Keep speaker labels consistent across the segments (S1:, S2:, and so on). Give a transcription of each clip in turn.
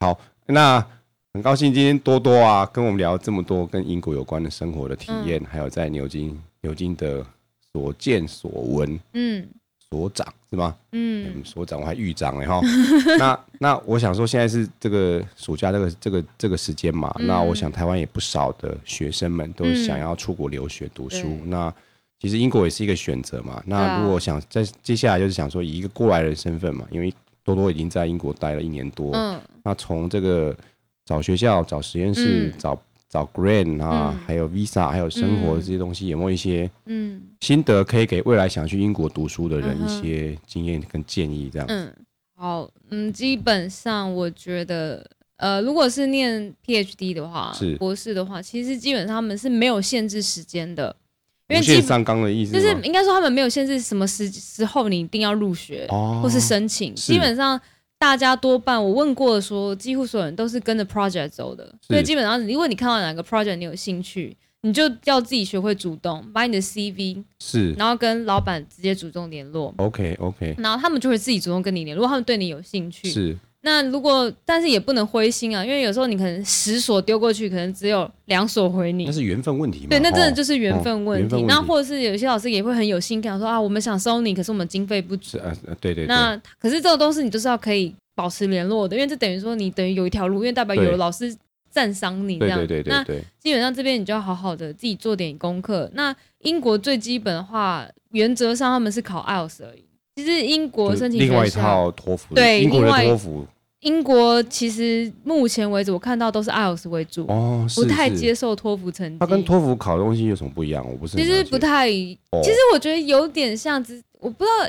S1: 好，那很高兴今天多多啊跟我们聊这么多跟英国有关的生活的体验，还有在牛津牛津的所见所闻
S2: 嗯
S1: 所长是吗？
S2: 嗯，
S1: 嗯，所长我还预长欸了哈。那那我想说，现在是这个暑假这个这个这个时间嘛，那我想台湾也不少的学生们都想要出国留学读书。
S2: 对
S1: 那其实英国也是一个选择嘛。那如果想在接下来就是想说，以一个过来人身份嘛，因为多多已经在英国待了一年多，
S2: 嗯
S1: 那从这个找学校、找实验室、
S2: 嗯
S1: 找找 grant 啊，
S2: 嗯
S1: 还有 visa，还有生活
S2: 嗯
S1: 这些东西，有没有一些
S2: 嗯
S1: 心得可以给未来想去英国读书的人
S2: 嗯
S1: 一
S2: 哼
S1: 些经验跟建议，这样。
S2: 嗯，好，嗯，基本上我觉得，呃，如果是念 PhD 的话，
S1: 是
S2: 博士的话，其实基本上他们是没有限制时间的，因
S1: 无
S2: 为基
S1: 限
S2: 本
S1: 上纲的意思
S2: 就
S1: 吗，
S2: 是应该说他们没有限制什么时时候你一定要入学，
S1: 哦，
S2: 或是申请，
S1: 是
S2: 基本上大家多半我问过说，几乎所有人都是跟着 project 走的，
S1: 是
S2: 所以基本上如果你看到哪个 project 你有兴趣，你就要自己学会主动，把你的 CV，
S1: 是
S2: 然后跟老板直接主动联络，
S1: OK OK，
S2: 然后他们就会自己主动跟你联络，如果他们对你有兴趣。
S1: 是
S2: 那如果但是也不能灰心啊，因为有时候你可能十所丢过去，可能只有两所回你
S1: 那。是缘分问题嘛？
S2: 对，那真的
S1: 哦
S2: 就是缘分问
S1: 缘
S2: 题。
S1: 分问
S2: 那
S1: 题
S2: 或者是有些老师也会很有心感，说啊，我们想收你，可是我们经费不
S1: 是
S2: 足。
S1: 呃呃对对对，
S2: 那可是这种东西你就是要可以保持联络的，因为这等于说你等于有一条路，因为代表有
S1: 对
S2: 老师赞赏你这
S1: 对
S2: 样。
S1: 对对对
S2: 那
S1: 对，
S2: 基本上这边你就要好好的自己做点功课。那英国最基本的话，原则上他们是考 IELTS 而已。其实英国
S1: 就是
S2: 申请
S1: 另外
S2: 学
S1: 一
S2: 校，
S1: 套托福的，
S2: 对
S1: 英国的
S2: 另外
S1: 托福
S2: 英国其实目前为止我看到都是 IELTS 为主，
S1: 哦，
S2: 不
S1: 是
S2: 太
S1: 是
S2: 接受托福成绩。
S1: 它跟托福考的东西有什么不一样？我不是
S2: 其
S1: 很
S2: 实
S1: 了解
S2: 不，太，其
S1: 哦
S2: 实我觉得有点像，只我不知道，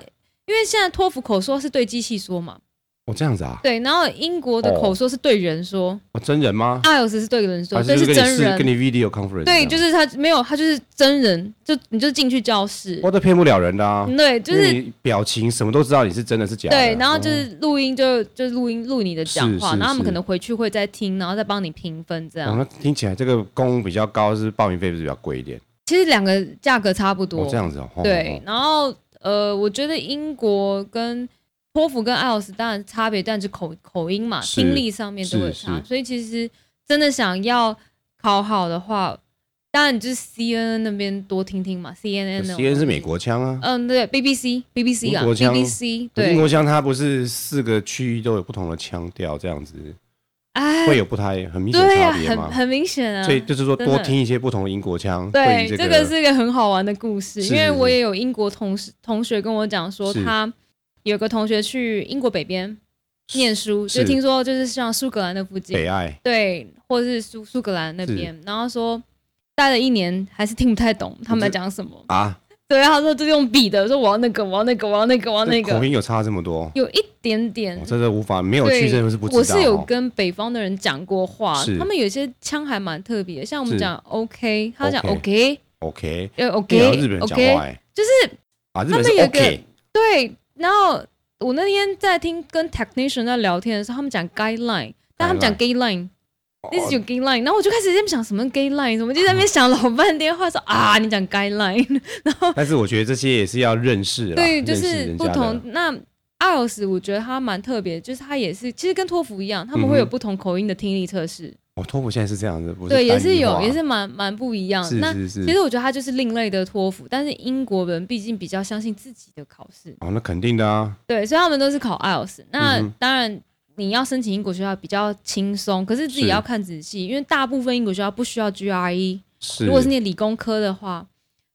S2: 因为现在托福口说是对机器说嘛，
S1: 哦这样子啊，
S2: 对，然后英国的口说是对人说
S1: 哦真人吗？
S2: ，IELTS 是对人说，
S1: 还
S2: 对
S1: 是
S2: 是
S1: 跟你
S2: 真
S1: 是跟你
S2: 人，
S1: video conference？
S2: 对，就是是他没有，他就是真人，就你就进去教室，
S1: 我都骗不了人的啊，
S2: 对，嗯就
S1: 因为
S2: 是
S1: 哦你表情什么都知道你是真的是假的，
S2: 对，然后
S1: 哦
S2: 就是录音就就录音录你的讲话，
S1: 是是
S2: 然后他们
S1: 是
S2: 可能回去会再听，然后再帮你评分这
S1: 哦
S2: 样。
S1: 那听起来这个工比较高，是不是报名费是不是比较贵一点？
S2: 其实两个价格差不多
S1: 哦，这，样子哦，哦
S2: 对，，然后呃，我觉得英国跟托福跟 IELTS 当然差别，但是口口音嘛，
S1: 是
S2: 听力上面都会有
S1: 是
S2: 差，
S1: 是
S2: 所以其实真的想要考好的话，当然你就是 CNN 那边多听听嘛，CNN 那种
S1: 西恩是美
S2: 东西，
S1: 国腔啊，
S2: 嗯，对，BBC BBC 啊
S1: 英国腔
S2: ，BBC
S1: 可是英
S2: 对，
S1: 国腔它不是四个区域都有不同的腔调，这样子
S2: 哎
S1: 会有不太很明显
S2: 对
S1: 差
S2: 啊，
S1: 别
S2: 很
S1: 吗？
S2: 很明显啊，
S1: 所以就是说
S2: 真的
S1: 多听一些不同的英国腔，
S2: 对
S1: 于，这
S2: 个是一个很好玩的故事，
S1: 是
S2: 因为
S1: 是
S2: 我
S1: 是
S2: 也有英国同事同学跟我讲说，
S1: 是
S2: 他有个同学去英国北边念书，
S1: 是
S2: 就听说就是像苏格兰那附近
S1: 北，啊爱
S2: 对，或是苏苏格兰那边，然后说待了一年还是听不太懂他们在讲什么。
S1: 啊，
S2: 对，他说就用笔的，说我要那个，我要那个，我要那个，我哦要那
S1: 这口
S2: 个，
S1: 音有差这么多，
S2: 有一点点
S1: 哦。真的无法没有去
S2: 对
S1: 真的是不知道。哦
S2: 我是有跟北方的人讲过话，
S1: 是
S2: 他们有些腔还蛮特别，像我们
S1: 是
S2: 讲 OK，他讲
S1: OK
S2: OK，
S1: OK，
S2: 呃
S1: 你好像
S2: OK，OK，
S1: 啊日本人讲话哎，
S2: 就是
S1: 啊，日
S2: 他
S1: 本
S2: 们
S1: 是
S2: 有个
S1: OK
S2: 对，然后我那天在听跟 technician 在聊天的时候，他们讲 guideline，但他们讲 gay line，
S1: 哦。
S2: 那是有 gay line，然后我就开始在那边想什么 gay line，什么就在那边想老半 天，话说啊，你讲 guideline，
S1: 但是我觉得这些也是要认识啦，
S2: 对，就
S1: 认识
S2: 是
S1: 人
S2: 不
S1: 家
S2: 同
S1: 的。。
S2: 那 IELTS 我觉得它蛮特别，就是它也是其实跟托福一样，他们会有
S1: 嗯哼
S2: 不同口音的听力测试，
S1: 哦，托福现在是这样子，不是
S2: 对，也
S1: 单
S2: 是
S1: 一
S2: 有，
S1: 化
S2: 也是蛮蛮不一样。
S1: 是
S2: 那
S1: 是是
S2: 其实我觉得它就是另类的托福，但是英国人毕竟比较相信自己的考试，
S1: 哦，那肯定的啊，
S2: 对，所以他们都是考 IELTS。那、
S1: 嗯哼
S2: 当然，你要申请英国学校比较轻松，可是自己
S1: 是
S2: 要看仔细，因为大部分英国学校不需要 GRE。
S1: 是
S2: 如果是念理工科的话，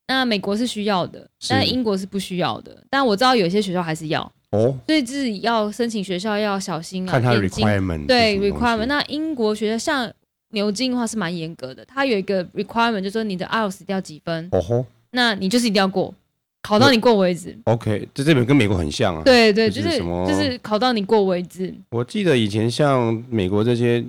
S2: 那美国是需要的，
S1: 是
S2: 但英国是不需要的。但我知道有些学校还是要，
S1: 哦，
S2: 所以自己要申请学校要小心啊，
S1: 看他的
S2: 眼睛
S1: requirement
S2: 对
S1: 是什么东西
S2: requirement。那英国学校像牛津的话是蛮严格的，它有一个 requirement，就是说你的 IELTS 掉几分，
S1: 哦吼
S2: 那你就是一定要过，考到你过为止。
S1: ，OK，这这本跟美国很像啊。
S2: 对对，
S1: 就
S2: 就是是
S1: 什么
S2: 就是考到你过为止。
S1: 我记得以前像美国这些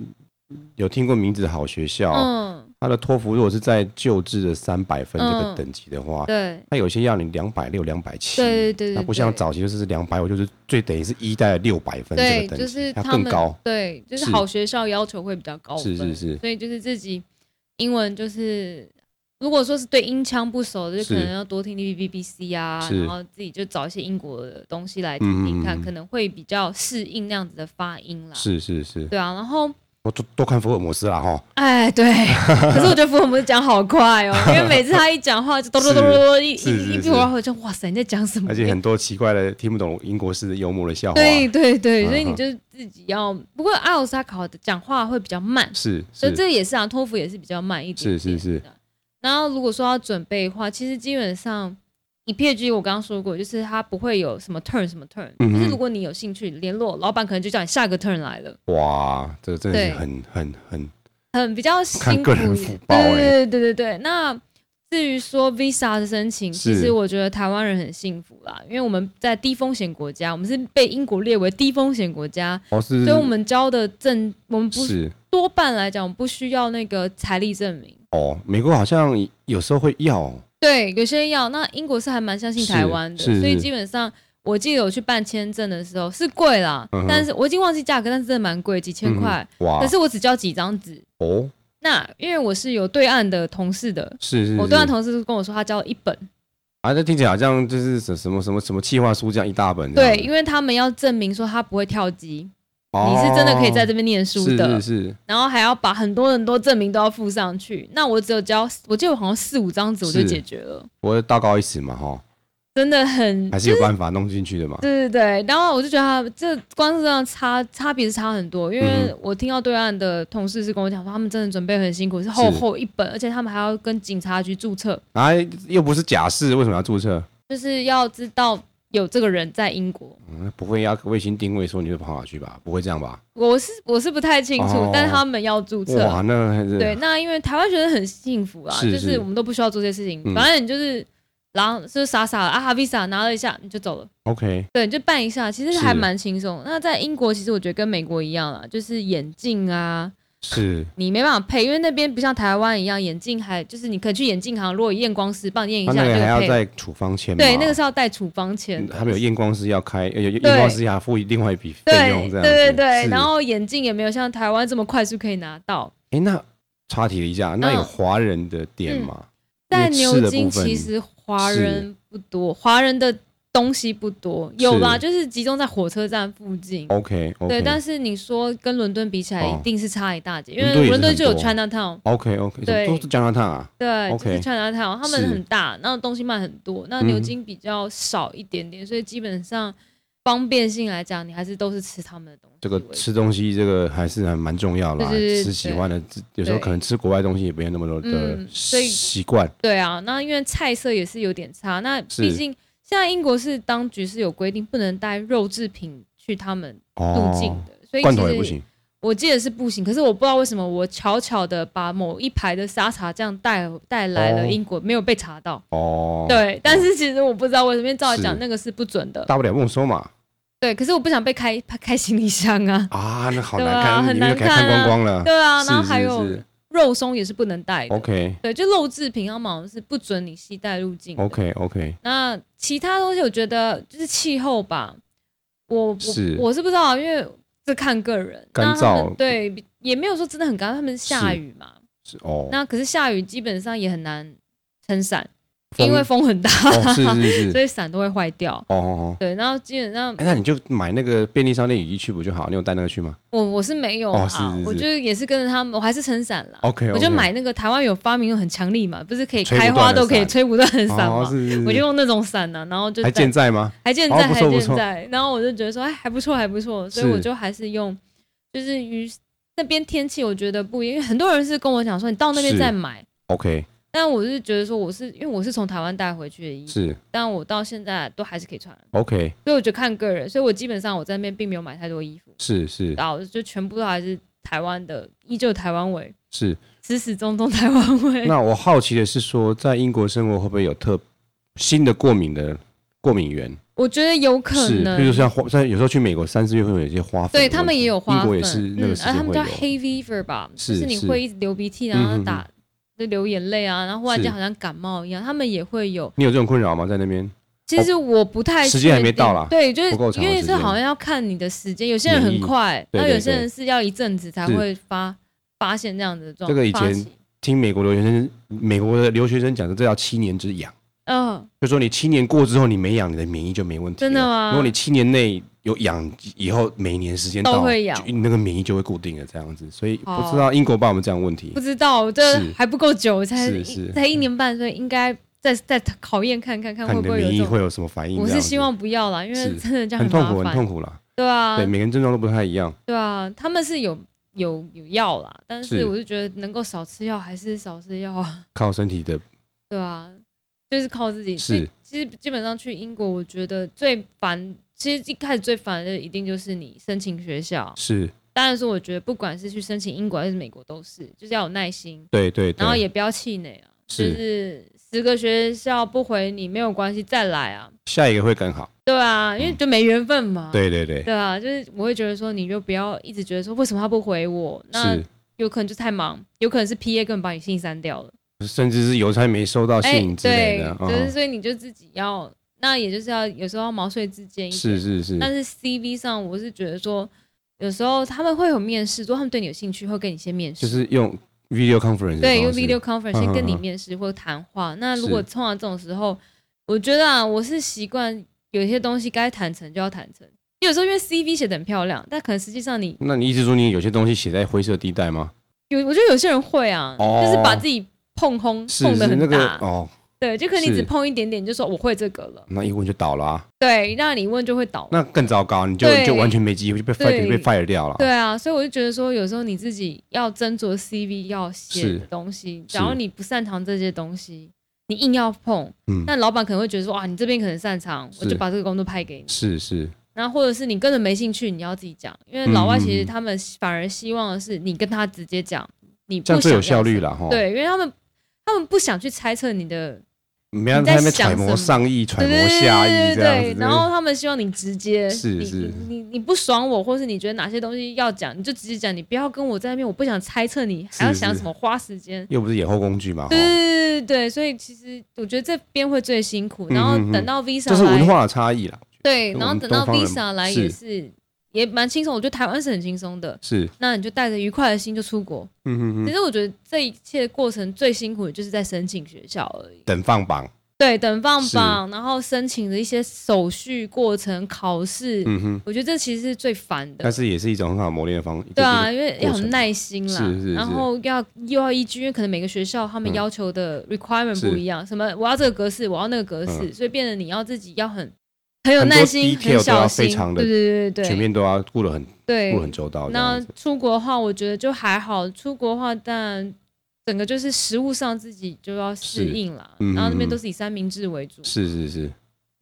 S1: 有听过名字的好学校，
S2: 嗯，
S1: 它的托福如果是在旧制的三百分这个
S2: 嗯
S1: 等级的话，
S2: 对
S1: 它有些要你两百六、两百七，
S2: 对对对，
S1: 它不像早期就是两百，我就是最等于是一代六百分这
S2: 对，
S1: 个等级，
S2: 就是
S1: 它
S2: 他
S1: 更
S2: 们
S1: 高。
S2: 对，就是
S1: 是
S2: 好学校要求会比较高
S1: 是
S2: 分，
S1: 是是
S2: 所以就是自己英文就是如果说是对英腔不熟的，就可
S1: 是
S2: 能要多听 B B B C 啊，
S1: 是
S2: 然后自己就找一些英国的东西来听听看，
S1: 嗯嗯嗯
S2: 可能会比较适应那样子的发音啦。
S1: 是是是，
S2: 对啊，然后
S1: 我多多看福尔摩斯啦 哈，
S2: 哎，对，可是我觉得福尔摩斯讲好快哦，因为每次他一讲话就哆哆哆哆哆一
S1: 是是
S2: 一一
S1: 是
S2: 一会儿，我就哇塞你在讲什么？
S1: 而且很多奇怪的听不懂英国式的幽默的笑话，
S2: 对对对，
S1: 嗯
S2: 所以你就自己要。不过啊艾尔莎考的讲话会比较慢，
S1: 是
S2: 所以
S1: 是
S2: 这也是啊，托福也是比较慢一点点
S1: 是是是。
S2: 然后如果说要准备的话，其实基本上以 PhD 我刚刚说过，就是它不会有什么 turn 什么 turn，、
S1: 嗯哼
S2: 就是如果你有兴趣联络老板，可能就叫你下一个 turn 来了，
S1: 哇，这真的是
S2: 对
S1: 很很很
S2: 很比较辛苦。
S1: 看个人福报欸
S2: 对对对对对。那至于说 visa 的申请，其
S1: 是
S2: 实我觉得台湾人很幸福啦，因为我们在低风险国家，我们是被英国列为低风险国家，
S1: 哦是，
S2: 所以我们交的证，我们不
S1: 是
S2: 多半来讲，我们不需要那个财力证明。
S1: 哦，美国好像有时候会要
S2: 对，有些要。那英国是还蛮相信台湾的，
S1: 是是
S2: 所以
S1: 是
S2: 基本上我记得我去办签证的时候是贵啦，
S1: 嗯哼
S2: 但是我已经忘记价格，但是真的蛮贵，几千块。
S1: 嗯哇
S2: 可，是我只交几张纸。
S1: 哦
S2: 那因为我是有对岸的同事的，
S1: 是是
S2: 我对岸
S1: 是
S2: 同事跟我说他交了一本，
S1: 啊，这听起来好像就是什什么什么什么计划书这样一大本这样
S2: 对，
S1: 子，
S2: 因为他们要证明说他不会跳级，
S1: 哦
S2: 你是真的可以在这边念书的，
S1: 是是是
S2: 然后还要把很多很多证明都要附上去。那我只有交，我记得我好像四五张纸我就是解决了，
S1: 我道高一尺嘛哈，
S2: 真的很
S1: 还是有办法弄进去的嘛，
S2: 对对对，然后我就觉得他这光是这样差差别是差很多，
S1: 嗯
S2: 因为我听到对岸的同事是跟我讲说，他们真的准备很辛苦，是厚
S1: 是
S2: 厚一本，而且他们还要跟警察局注册，
S1: 啊，又不是假释，为什么要注册？
S2: 就是要知道有这个人在英国。
S1: 嗯不会要卫星定位说你会跑哪去吧？不会这样吧？
S2: 我是我是不太清楚，
S1: 哦
S2: 但他们要注册。
S1: 哇，那还是
S2: 对，那因为台湾学生很幸福啊，
S1: 啊是
S2: 就是
S1: 是
S2: 我们都不需要做这些事情，
S1: 嗯
S2: 反正你就是。然后就是傻傻的啊哈 visa 拿了一下你就走了，
S1: OK，
S2: 对，你就办一下，其实
S1: 是
S2: 还蛮轻松。那在英国，其实我觉得跟美国一样啦，就是眼镜啊，
S1: 是
S2: 你没办法配，因为那边不像台湾一样，眼镜还就是你可以去眼镜行，如果有验光师帮你验一
S1: 他
S2: 下
S1: 那
S2: 就
S1: 个还要
S2: 可以配。
S1: 在处方签嘛，
S2: 对，那个是要带处方签
S1: 嗯
S2: 的。
S1: 他们有验光师要开，呃有有验光师要付另外一笔费
S2: 对
S1: 用这
S2: 对
S1: 样子。
S2: 对对，
S1: 是
S2: 然后眼镜也没有像台湾这么快速可以拿到。
S1: 诶，那插题了一下，那有
S2: 嗯
S1: 华人的店吗？
S2: 但
S1: 因为吃
S2: 牛
S1: 的
S2: 津
S1: 部分
S2: 其实华人不多，华人的东西不多，有啦，就是集中在火车站附近。
S1: OK
S2: 嗯对，但
S1: 哦 OK
S2: 是你说跟伦敦比起来，
S1: 哦
S2: 一定是差一大截，因
S1: 伦敦
S2: 为
S1: 也是
S2: 伦敦就有
S1: 很多
S2: China Town，
S1: OK OK，
S2: 对
S1: 都是加拿大啊，
S2: 对就是
S1: OK
S2: China Town，他们
S1: 是
S2: 很大，那东西卖很多，那
S1: 嗯
S2: 牛津比较少一点点，所以基本上方便性来讲，你还是都是吃他们的东西。
S1: 这个，吃东西这个还是还蛮重要啦，
S2: 对对对
S1: 吃喜欢的，自有时候
S2: 对
S1: 可能吃国外东西也没有那么多的
S2: 嗯所以
S1: 习惯，
S2: 对啊，那因为菜色也是有点差，那
S1: 是
S2: 毕竟现在英国是当局是有规定不能带肉制品去他们入境
S1: 哦，
S2: 的，所以
S1: 罐头也
S2: 其
S1: 不
S2: 实
S1: 行，
S2: 我记得是不行，可是我不知道为什么我巧巧的把某一排的沙茶酱带带来了
S1: 哦
S2: 英国，没有被查到。
S1: 哦，，
S2: 对，但是其实我不知道为什么，因为照理
S1: 是
S2: 讲那个是不准的。
S1: 大不了没收嘛，
S2: 对，可是我不想被开开行李箱啊。
S1: 啊，那好
S2: 对
S1: 难
S2: 啊
S1: 看，
S2: 很
S1: 你们
S2: 难
S1: 给他
S2: 看
S1: 看光光
S2: 啊
S1: 了，
S2: 对啊，
S1: 是
S2: 然后还
S1: 是
S2: 有
S1: 是
S2: 肉松也是不能带的。
S1: OK
S2: 对，就肉制品，它们好像是不准你携带入境的。
S1: OK OK，
S2: 那其他东西，我觉得就是气候吧，我我
S1: 是
S2: 我是不知道，因为这看个人。
S1: 干
S2: 那他们
S1: 燥
S2: 对，也没有说真的很干，他们下雨嘛。
S1: 是哦，
S2: 那可是下雨基本上也很难撑伞，
S1: 风
S2: 因为风很大，
S1: 哦是是是，
S2: 所以伞都会坏掉。
S1: 哦哦哦。
S2: 对，然后基本上
S1: 哎，那你就买那个便利商店雨衣去不就好？你有带那个去吗
S2: 我我是没有啊，
S1: 哦是是是
S2: 我就是也是跟着他们，我还是撑伞啦。
S1: ？OK，
S2: 我就买那个台湾有发明那种很强力嘛，不是可以
S1: 吹
S2: 开
S1: 不断
S2: 花
S1: 的
S2: 都可以
S1: 伞
S2: 吹不断的伞
S1: 哦
S2: 嘛，，
S1: 是是是，
S2: 我就用那种伞呢、然后就
S1: 还
S2: 在
S1: 健在吗？
S2: 还健
S1: 哦
S2: 在
S1: 不
S2: 还
S1: 错不
S2: 健
S1: 错
S2: 在，然后我就觉得说哎还不错还不错，所以
S1: 是
S2: 我就还是用就是于那边天气我觉得不一样，因为很多人是跟我讲说你到那边
S1: 是
S2: 再买，
S1: OK，
S2: 但我是觉得说我是因为我是从台湾带回去的衣服，
S1: 是
S2: 但我到现在都还是可以穿，
S1: OK，
S2: 所以我就看个人，所以我基本上我在那边并没有买太多衣服，
S1: 是是
S2: 然后就全部都还是台湾的，依旧台湾味，
S1: 是。
S2: 始始终终台湾味。
S1: 那我好奇的是说，在英国生活会不会有特新的过敏的过敏源？
S2: 我觉得有可
S1: 是，
S2: 能，
S1: 比如说像花，像有时候去美国三四月份有一些花粉的问题，
S2: 对他们也有花
S1: 英
S2: 粉，
S1: 国也是那个
S2: 嗯
S1: 时
S2: 啊、他
S1: 间
S2: 们
S1: 会
S2: 叫
S1: 有。
S2: 黑 fever 吧，
S1: 是
S2: 就是你
S1: 是
S2: 会一直流鼻涕，然
S1: 嗯
S2: 后
S1: 哼
S2: 打就流眼泪啊，然后忽然间
S1: 是
S2: 好像感冒一样，他们也会有。
S1: 你有这种困扰吗？在那边
S2: 其实我不太
S1: 哦时间还没
S2: 确定
S1: 到啦
S2: 对，就是
S1: 不够长
S2: 因
S1: 的
S2: 为
S1: 时
S2: 这
S1: 间
S2: 好像要看你的时间，有些人
S1: 免疫
S2: 很快，
S1: 对
S2: 然后有
S1: 对
S2: 些
S1: 对
S2: 人是要一阵子才
S1: 是
S2: 会发发现这样子的状
S1: 这个以
S2: 发
S1: 前
S2: 起
S1: 听美国留学生，美国的留学生讲的，这叫七年之痒，
S2: 嗯，
S1: 就说你七年过之后你没痒，你的免疫就没问题了。
S2: 真的吗
S1: 啊如果你七年内有痒，以后每一年时间到
S2: 都会痒哦
S1: 就你那个免疫就会固定了这样子。所以不知道英国爸有没有这样的问题
S2: 不？知道，这
S1: 是
S2: 还不够久，才
S1: 是是嗯
S2: 才一年半，所以应该再再考验看看看
S1: 看
S2: 会
S1: 你
S2: 不
S1: 的
S2: 会有
S1: 免
S2: 这
S1: 疫
S2: 种。
S1: 会有什么反应？
S2: 我
S1: 这
S2: 是
S1: 样子
S2: 希望不要啦，因为
S1: 是
S2: 真的这样
S1: 很痛苦，
S2: 麻
S1: 很
S2: 烦。
S1: 痛苦啦。
S2: 对啊
S1: 对，，每个人症状都不太一样。
S2: 对啊，他们是有有有药啦，但是
S1: 是
S2: 我就觉得能够少吃药还是少吃药啊，
S1: 靠身体的
S2: 对啊，就是靠自己。
S1: 是
S2: 其实基本上去英国，我觉得最烦，其实一开始最烦的一定就是你申请学校。
S1: 是，
S2: 当然说，我觉得不管是去申请英国还是美国，都是就是要有耐心，
S1: 对对
S2: 然后
S1: 对，
S2: 也不要气馁啊，就是是十个学校不回你没有关系，再来啊，
S1: 下一个会更好。
S2: 对啊，因为就没缘分嘛。
S1: 嗯对对对，
S2: 对啊，就是我会觉得说，你就不要一直觉得说为什么他不回我，那
S1: 是，
S2: 有可能就太忙，有可能是 P A 根本把你信删掉了，哎
S1: 甚至是邮差没收到信之类
S2: 对
S1: 的，，
S2: 就
S1: 嗯
S2: 是所以你就自己要，那也就是要有时候要毛遂自荐一点。
S1: 是是是，
S2: 但是 C V 上，我是觉得说，有时候他们会有面试，如果他们对你有兴趣，会跟你先面试。
S1: 就是用 video conference 的
S2: 对，用
S1: 方式
S2: video conference 先跟你
S1: 嗯嗯嗯
S2: 面试或谈话。那如果
S1: 是
S2: 通常这种时候，我觉得啊，我是习惯有些东西该坦诚就要坦诚。有时候因为 CV 写的很漂亮，但可能实际上你
S1: 那你意思说你有些东西写在灰色地带吗？
S2: 有，我觉得有些人会啊，
S1: 哦
S2: 就是把自己碰轰
S1: 是
S2: 碰的
S1: 是
S2: 很
S1: 那
S2: 大，
S1: 个哦，
S2: 对，就可能你
S1: 是
S2: 只碰一点点，你就说我会这个了，
S1: 那一问就倒了、啊，
S2: 对，那你问就会倒。
S1: 那更糟糕，你就
S2: 对
S1: 就完全没机会，就被 fire
S2: 对
S1: 被 fire 掉了。
S2: 对啊，所以我就觉得说，有时候你自己要斟酌 CV 要写的东西，假如你不擅长这些东西，你硬要碰，
S1: 嗯
S2: 那老板可能会觉得说，哇，你这边可能擅长，我就是把这个工作派给你。
S1: 是是
S2: 然后或者是你根本没兴趣，你要自己讲，因为
S1: 嗯
S2: 老外其
S1: 嗯
S2: 实
S1: 嗯
S2: 他们反而希望的是你跟他直接讲，你不
S1: 这样最
S2: 想
S1: 有效
S2: 要什
S1: 率
S2: 么
S1: 了哦哈。，
S2: 对，因为他们他们不想去猜测你的
S1: 不要
S2: 你
S1: 在
S2: 在
S1: 那边
S2: 想
S1: 揣
S2: 什么
S1: 摩上意、揣
S2: 对
S1: 摩
S2: 对对
S1: 下
S2: 对
S1: 意这样子。
S2: 对对，然后他们希望你直接，
S1: 是
S2: 你
S1: 是
S2: 你你你不爽我，或是你觉得哪些东西要讲，你就直接讲，你不要跟我在那边，我不想猜测你，还要
S1: 是
S2: 想
S1: 是哦
S2: 什么花时间。
S1: 又不是掩后工具嘛，
S2: 对
S1: 齁
S2: 对对对对，所以其实我觉得这边会最辛苦，然后
S1: 嗯嗯嗯
S2: 等到 Visa
S1: 这是
S2: 来，
S1: 文化的差异啦。
S2: 对，
S1: 跟
S2: 然
S1: 我
S2: 后
S1: 们
S2: 等到
S1: 东方人
S2: Visa 来
S1: 是
S2: 也是也蛮轻松，我觉得台湾是很轻松的。
S1: 是，
S2: 那你就带着愉快的心就出国。
S1: 嗯哼
S2: 其
S1: 哼，
S2: 实我觉得这一切过程最辛苦的就是在申请学校而已。
S1: 等放榜，
S2: 对，等放榜，然后申请的一些手续过程、考试，
S1: 嗯哼，
S2: 我觉得这其实是最烦的
S1: 但。是也是一种很好的磨练的方。
S2: 对啊，
S1: 一个，
S2: 因为要很耐心啦，
S1: 是是是
S2: 然后要又要依据，因为可能每个学校他们
S1: 嗯
S2: 要求的 requirement
S1: 是
S2: 不一样，什么我要这个格式，我要那个格式，
S1: 嗯
S2: 所以变得你要自己要很很有
S1: 很多
S2: 耐心，
S1: detail 都
S2: 很
S1: 要
S2: 小心，
S1: 非常
S2: 对
S1: 地
S2: 对对对
S1: 全
S2: 对，
S1: 面都要顾得很顾
S2: 对
S1: 得很周到这
S2: 那
S1: 样子。
S2: 出国的话，我觉得就还好。出国的话，但整个就是食物上自己就要适
S1: 是
S2: 应啦。
S1: 嗯
S2: 然后那边
S1: 嗯
S2: 都是以三明治为主，
S1: 是是是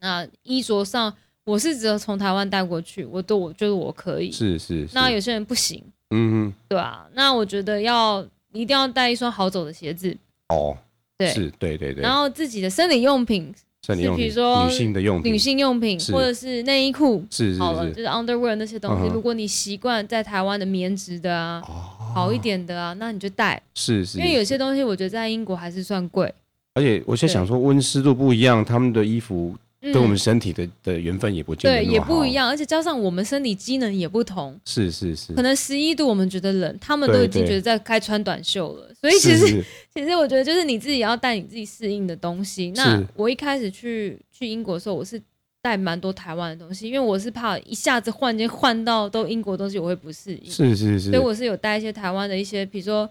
S2: 那衣着上，我是只有从台湾带过去，我都我觉得我可以。
S1: 是是，是
S2: 那有些人不行，
S1: 嗯
S2: 对啊，那我觉得要一定要带一双好走的鞋子，
S1: 哼，哦，
S2: 对。
S1: 是对对对
S2: 然，后自己的生理用品、
S1: 生理
S2: 是
S1: 用
S2: 比
S1: 品
S2: 如说，
S1: 女性的用品
S2: 女，性用品
S1: 是
S2: 或者是内衣裤，
S1: 是是，
S2: 好了，就是是 underwear 那些东西。
S1: 嗯哼
S2: 如果你习惯在台湾的棉质的啊，
S1: 哦
S2: 好一点的啊，那你就带，
S1: 是是，
S2: 因为有
S1: 是
S2: 些东西我觉得在英国还是算贵。
S1: 而且我在想说，温湿度不一样，他们的衣服
S2: 嗯
S1: 跟我们身体的的缘分也不见得
S2: 对
S1: 那么
S2: 也不
S1: 好
S2: 一。样，而且加上我们生理机能也不同，
S1: 是是是
S2: 可，能十一度我们觉得冷，他们都
S1: 对
S2: 已经
S1: 对
S2: 觉得在该穿短袖了。所以其
S1: 是
S2: 实
S1: 是
S2: 其实我觉得就是你自己要带你自己适应的东西。那我一开始去去英国的时候，我是带蛮多台湾的东西，因为我是怕一下子换间换到都英国的东西我会不适应，
S1: 是是
S2: 所以
S1: 是，
S2: 我是有带一些台湾的一些，比如说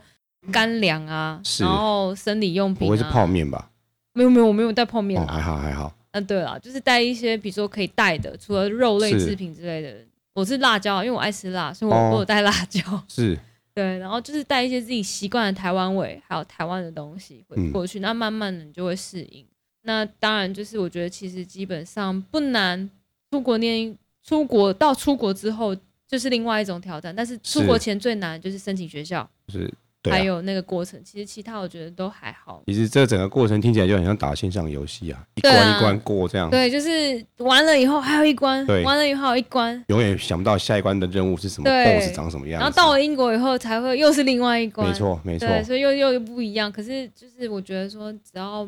S2: 干粮啊，
S1: 是
S2: 然后生理用品、啊，
S1: 不会是泡面吧？
S2: 没有没有，我没有带泡面
S1: 哦，
S2: 啊
S1: 还。好还好，
S2: 啊，对了，就是带一些比如说可以带的，除了肉类
S1: 是
S2: 制品之类的。我是辣椒啊，因为我爱吃辣，所以我、
S1: 哦
S2: 我有带辣椒。
S1: 是
S2: 对，然后就是带一些自己习惯的台湾味，还有台湾的东西回
S1: 嗯
S2: 过去，那慢慢的你就会适应。那当然就是我觉得其实基本上不难，出国念出国到出国之后就是另外一种挑战，但是出
S1: 是
S2: 国前最难就是申请学校，
S1: 是，对
S2: 还
S1: 啊。
S2: 有那个过程，其实其他我觉得都还好。
S1: 其实这整个过程听起来就很像打线上游戏啊，一
S2: 对
S1: 关一
S2: 啊
S1: 关过这样，
S2: 对，就是完了以后还有一关，
S1: 嗯对
S2: 完了以后还有一关，
S1: 永远想不到下一关的任务是什么
S2: 对
S1: ，BOSS 长什么样
S2: 然
S1: 子。
S2: 后到了英国以后才会又是另外一关，
S1: 没错没错，
S2: 对，所以又又又不一样。可是就是我觉得说，只要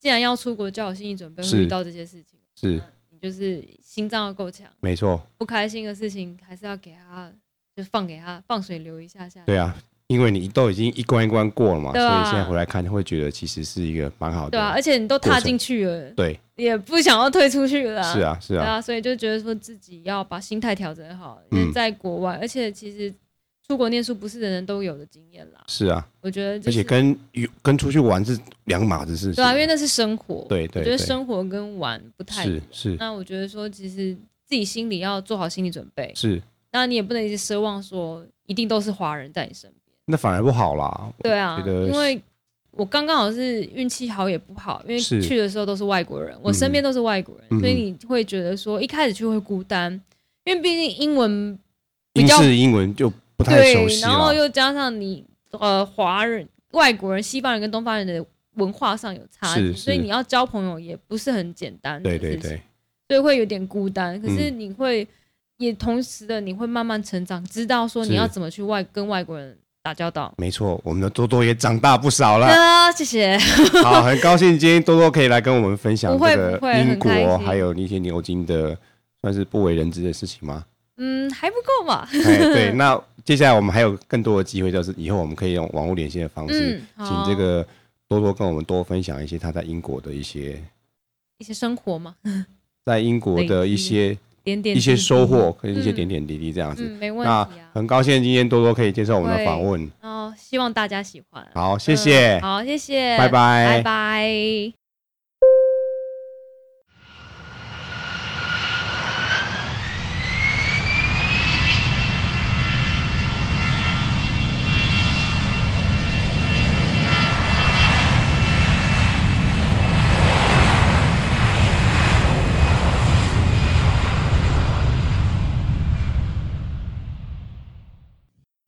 S2: 既然要出国，就要有心理准备会
S1: 是
S2: 遇到这些事情。
S1: 是
S2: 你就是心脏要够强，
S1: 没错，
S2: 不开心的事情还是要给他，就放给他放水流一下下。
S1: 对啊，因为你都已经一关一关过了嘛，
S2: 对
S1: 所
S2: 啊
S1: 以现在回来看会觉得其实是一个蛮好的，
S2: 对啊，而且你都踏进去了，
S1: 对
S2: 也不想要退出去了、
S1: 是啊是
S2: 对
S1: 啊，
S2: 啊，所以就觉得说自己要把心态调整好，
S1: 嗯
S2: 因为在国外，而且其实出国念书不是人人都有的经验啦。
S1: 是啊，
S2: 我觉得、就
S1: 而
S2: 是，
S1: 且跟跟出去玩是两码子事情，
S2: 对啊，因为那是生活，
S1: 对对
S2: 我觉
S1: 对
S2: 得生活跟玩不太一
S1: 是
S2: 样。
S1: 是
S2: 那我觉得说，其实自己心里要做好心理准备，
S1: 是，
S2: 那你也不能一直奢望说一定都是华人在你身边。
S1: 那反而不好啦，
S2: 对啊
S1: 觉，得
S2: 因为我刚刚好是运气好也不好，因为
S1: 是
S2: 去的时候都是外国人，我身边都是外国人，
S1: 嗯哼
S2: 所以你会觉得说一开始去会孤单，因为毕竟英文比
S1: 英
S2: 较
S1: 式英文就不太熟
S2: 对，
S1: 悉
S2: 然后
S1: 了，
S2: 又加上你呃华人、外国人、西方人跟东方人的文化上有差
S1: 是
S2: 异，
S1: 是
S2: 所以你要交朋友也不是很简单的
S1: 对
S2: 事情，
S1: 对对，
S2: 所以会有点孤单。可
S1: 嗯
S2: 是你会、也同时的，你会慢慢成长，知道说你
S1: 是
S2: 要怎么去外跟外国人打交道。
S1: 没错，我们的多多也长大不少 了。
S2: 啊，谢谢。
S1: 好，很高兴今天多多可以来跟我们分享
S2: 不会
S1: 这个
S2: 不会
S1: 英
S2: 很开
S1: 国
S2: 心
S1: 还有一些牛津的算是不为人知的事情吗？
S2: 嗯，还不够嘛。
S1: 哎，对，那接下来我们还有更多的机会，就是以后我们可以用网络连线的方式，
S2: 嗯，
S1: 请
S2: 好
S1: 这个多多跟我们多分享一些他在英国的一些
S2: 一些生活嘛，
S1: 在英国的一些
S2: 点点
S1: 一些
S2: 滴滴
S1: 收获，跟一些
S2: 嗯
S1: 点点滴滴这样子。
S2: 嗯，没问
S1: 那
S2: 题啊。
S1: 很高兴今天多多可以接受我们的
S2: 会
S1: 访问，
S2: 然后希望大家喜欢。
S1: 好，谢谢
S2: 嗯嗯，好，谢谢，
S1: 拜拜
S2: 拜拜。